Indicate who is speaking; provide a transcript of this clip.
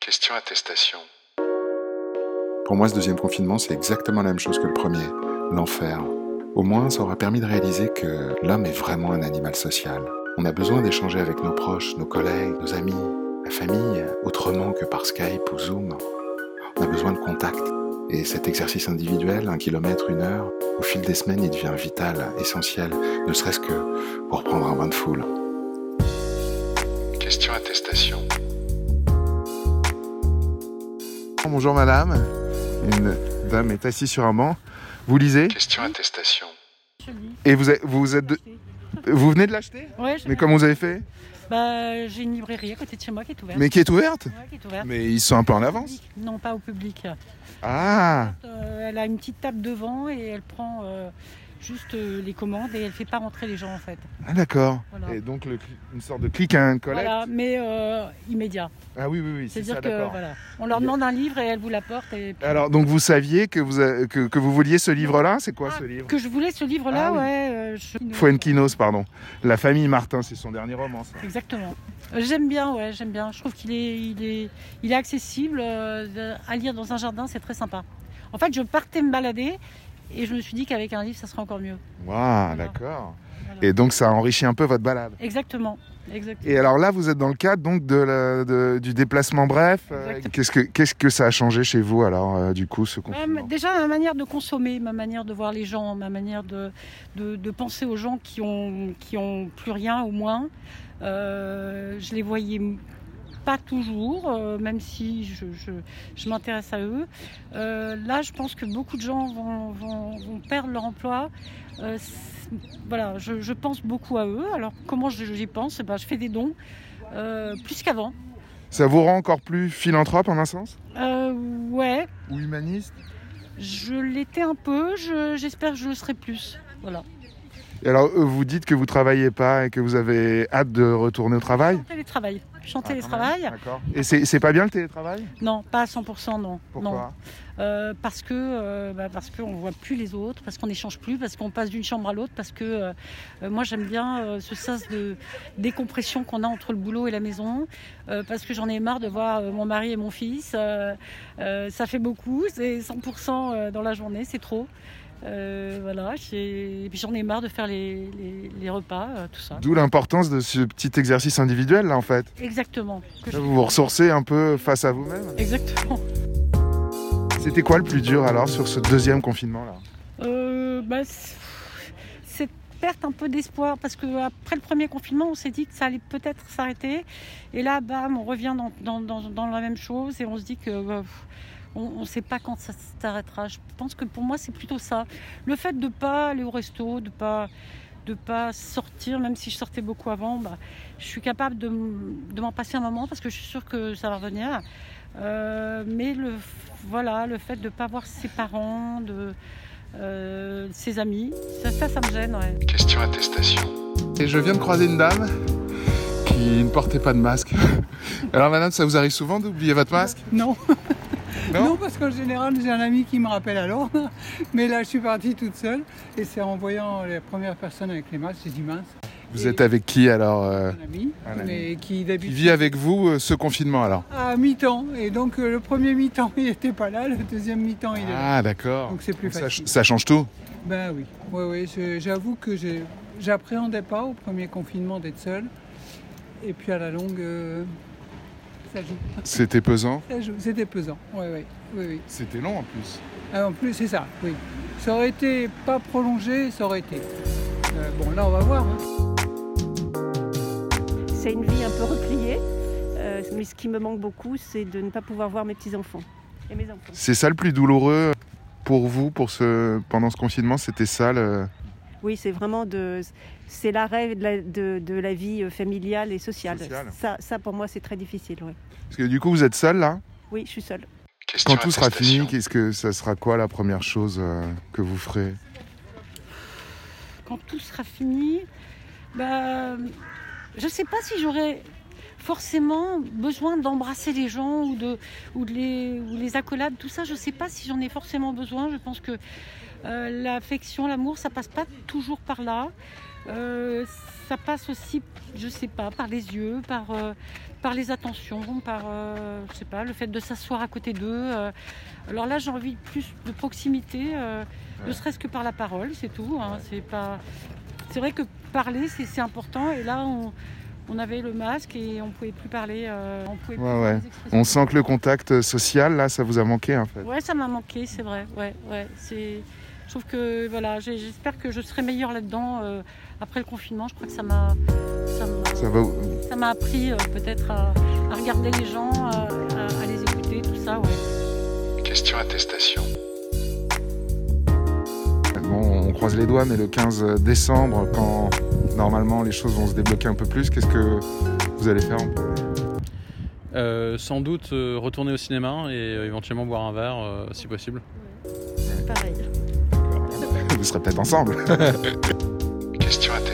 Speaker 1: Question attestation.
Speaker 2: Pour moi, ce deuxième confinement, c'est exactement la même chose que le premier, l'enfer. Au moins, ça aura permis de réaliser que l'homme est vraiment un animal social. On a besoin d'échanger avec nos proches, nos collègues, nos amis, la famille, autrement que par Skype ou Zoom. On a besoin de contact. Et cet exercice individuel, un kilomètre, une heure, au fil des semaines, il devient vital, essentiel, ne serait-ce que pour prendre un bain de foule.
Speaker 1: Question attestation.
Speaker 2: Bonjour madame. Une dame est assise sur un banc. Vous lisez
Speaker 1: Question attestation.
Speaker 3: Je lis.
Speaker 2: et vous, êtes- vous, êtes de- vous venez de l'acheter
Speaker 3: Ouais, je-
Speaker 2: Mais comment vous avez fait
Speaker 3: bah, j'ai une librairie à côté de chez moi qui est ouverte.
Speaker 2: Mais qui est ouverte
Speaker 3: Ouais, qui est ouverte.
Speaker 2: Mais ils sont un peu en avance.
Speaker 3: Public. Non, pas au public.
Speaker 2: Ah
Speaker 3: Euh, elle a une petite table devant et elle prend euh, juste euh, les commandes et elle fait pas rentrer les gens en fait.
Speaker 2: Ah, d'accord.
Speaker 3: Voilà.
Speaker 2: Et donc le cli- une sorte de clic à un collègue.
Speaker 3: Voilà, mais euh, immédiat.
Speaker 2: Ah oui, oui, oui, c'est ça,
Speaker 3: C'est-à-dire que
Speaker 2: d'accord. Euh,
Speaker 3: voilà, on leur demande un livre et elle vous l'apporte. Et... puis-
Speaker 2: Alors, donc vous saviez que vous, a- que, que vous vouliez ce livre-là C'est quoi
Speaker 3: Ah,
Speaker 2: ce livre
Speaker 3: Que je voulais ce livre-là,
Speaker 2: Ah oui.
Speaker 3: ouais. euh, je-
Speaker 2: Fuenquinos, pardon. La famille Martin, c'est son dernier roman, ça.
Speaker 3: Exactement. Euh, J'aime bien, ouais, j'aime bien. Je trouve qu'il est, il est, il est accessible euh, de- à lire dans un jardin, c'est très sympa. En fait, je partais me balader et je me suis dit qu'avec un livre, ça serait encore mieux.
Speaker 2: Waouh, d'accord.
Speaker 3: Voilà.
Speaker 2: Et donc ça enrichit un peu votre balade.
Speaker 3: Exactement, exactement.
Speaker 2: Et alors là, vous êtes dans le cadre donc de la- de- du déplacement bref. Euh,
Speaker 3: Exactement.
Speaker 2: Qu'est-ce que qu'est-ce que ça a changé chez vous alors euh, du coup ce confinement
Speaker 3: Même, déjà, ma manière de consommer, ma manière de voir les gens, ma manière de, de, de penser aux gens qui ont, qui ont plus rien au moins. Euh, je les voyais m- pas toujours, euh, même si je, je, je m'intéresse à eux. Euh, là, je pense que beaucoup de gens vont, vont, vont perdre leur emploi. Euh, c'est- voilà, je, je pense beaucoup à eux. Alors, comment je- j'y pense Eh ben, Je fais des dons, euh, plus qu'avant.
Speaker 2: Ça vous rend encore plus philanthrope en un sens
Speaker 3: Euh, ouais,
Speaker 2: ou humaniste
Speaker 3: Je l'étais un peu, je- j'espère que je le serai plus. Voilà.
Speaker 2: Et alors euh, vous dites que vous travaillez pas et que vous avez hâte de retourner au travail.
Speaker 3: En télétravail. Je suis en
Speaker 2: Ah,
Speaker 3: télétravail.
Speaker 2: quand même, D'accord. Et c'est c'est pas bien le télétravail
Speaker 3: Non, pas à 100%, non. non.
Speaker 2: Pourquoi
Speaker 3: Euh, parce que euh, bah, parce qu'on voit plus les autres, parce qu'on n'échange plus, parce qu'on passe d'une chambre à l'autre, parce que euh, euh, moi j'aime bien euh, ce sens de décompression qu'on a entre le boulot et la maison, euh, parce que j'en ai marre de voir euh, mon mari et mon fils. euh, euh, ça fait beaucoup, c'est 100% euh, dans la journée, c'est trop. Euh, voilà, j'ai- et puis j'en ai marre de faire les, les- les repas, euh, tout ça.
Speaker 2: D'où l'importance de ce petit exercice individuel là en fait.
Speaker 3: Exactement. Que je-
Speaker 2: Là, Vous vous ressourcez un peu face à vous-même.
Speaker 3: Exactement.
Speaker 2: C'était quoi le plus dur alors sur ce deuxième confinement là
Speaker 3: Euh, bah, c- cette perte un peu d'espoir, parce que après le premier confinement, on s'est dit que ça allait peut-être s'arrêter. Et là, bam, on revient dans, dans- dans- dans la même chose et on se dit que. bah, pff, on ne sait pas quand ça s'arrêtera. Je pense que pour moi, c'est plutôt ça. Le fait de ne pas aller au resto, de ne pas, de pas sortir, même si je sortais beaucoup avant, bah, je suis capable de, m- de m'en passer un moment parce que je suis sûre que ça va revenir. Euh, mais le, voilà, le fait de ne pas voir ses parents, de, euh, ses amis. Ça, ça, ça me gêne, ouais.
Speaker 1: Question attestation.
Speaker 2: Et je viens de croiser une dame qui ne portait pas de masque. Alors madame, ça vous arrive souvent d'oublier votre masque
Speaker 4: Non.
Speaker 2: Non
Speaker 4: non, parce qu'en général, j'ai un ami qui me rappelle alors. Mais là, je suis partie toute seule. Et c'est en voyant les premières personnes avec les masques, j'ai dit mince,
Speaker 2: Vous êtes avec qui alors euh,
Speaker 4: un ami,
Speaker 2: Un ami.
Speaker 4: mais qui
Speaker 2: Qui
Speaker 4: d'habitude
Speaker 2: vit avec vous euh, ce confinement alors
Speaker 4: à mi-temps. Et donc, euh, le premier mi-temps, il n'était pas là. Le deuxième mi-temps, il est là.
Speaker 2: Ah d'accord.
Speaker 4: Donc, c'est plus
Speaker 2: ça,
Speaker 4: facile.
Speaker 2: ch- ça change tout
Speaker 4: Ben oui. Oui, oui. je- J'avoue que j'ai- j'appréhendais pas au premier confinement d'être seule. Et puis, à la longue, euh, ça joue.
Speaker 2: C'était pesant
Speaker 4: Ça joue. C'était pesant. Oui, oui. Oui, oui.
Speaker 2: C'était long en plus.
Speaker 4: Ah, en plus, c'est ça, oui. Ça aurait été pas prolongé, ça aurait été. Euh, bon, là, on va voir. hein.
Speaker 5: C'est une vie un peu repliée, euh, mais ce qui me manque beaucoup, c'est de ne pas pouvoir voir mes petits-enfants et mes enfants.
Speaker 2: C'est ça le plus douloureux pour vous pour ce... pendant ce confinement C'était ça le...
Speaker 5: Oui, c'est vraiment de, c'est l'arrêt de la, de, de la vie euh, familiale et sociale.
Speaker 2: Sociale.
Speaker 5: Ça, ça pour moi, c'est très difficile. Oui,
Speaker 2: Parce que du coup vous êtes seul là
Speaker 5: oui je suis seule.
Speaker 1: Question
Speaker 2: Quand tout sera
Speaker 1: attestation.
Speaker 2: fini, qu'est-ce que ça sera quoi la première chose euh, que vous ferez
Speaker 3: Quand tout sera fini, bah, je sais pas si j'aurai forcément besoin d'embrasser les gens ou de, ou de les, ou les accolades, tout ça. Je sais pas si j'en ai forcément besoin. Je pense que euh, l'affection, l'amour, ça passe pas toujours par là. Euh, ça passe aussi, je sais pas, par les yeux, par, euh, par les attentions, par euh, je sais pas, le fait de s'asseoir à côté d'eux. euh. alors là, j'ai envie de plus de proximité, euh, ne
Speaker 5: Ouais.
Speaker 3: serait-ce que par la parole, c'est tout. hein.
Speaker 5: Ouais.
Speaker 3: c'est pas, c'est vrai que parler, c'est c'est important. Et là, on, on avait le masque et on pouvait plus parler. euh, on pouvait plus
Speaker 5: Ouais,
Speaker 3: faire
Speaker 5: ouais.
Speaker 3: des expressions.
Speaker 5: On sent que le
Speaker 2: euh,
Speaker 5: contact social, là, ça vous a manqué en fait.
Speaker 3: Ouais, ça m'a manqué, c'est vrai. Ouais, ouais. C'est. Je trouve que voilà, j'ai- j'espère que je serai meilleure là-dedans euh, après le confinement. Je crois que ça m'a, ça m'a,
Speaker 5: Ça va.
Speaker 3: ça m'a appris euh, peut-être à, à regarder les gens, à, à- à les écouter, tout ça. Ouais.
Speaker 1: Question attestation.
Speaker 5: Bon, on croise les doigts, mais le
Speaker 2: euh,
Speaker 5: 15 décembre, quand normalement les choses vont se débloquer un peu plus, qu'est-ce que vous allez faire
Speaker 6: Euh, sans doute euh, retourner au cinéma et euh, éventuellement boire un verre euh, si possible.
Speaker 7: Pareil.
Speaker 5: Vous serez peut-être ensemble.
Speaker 1: Question attestation.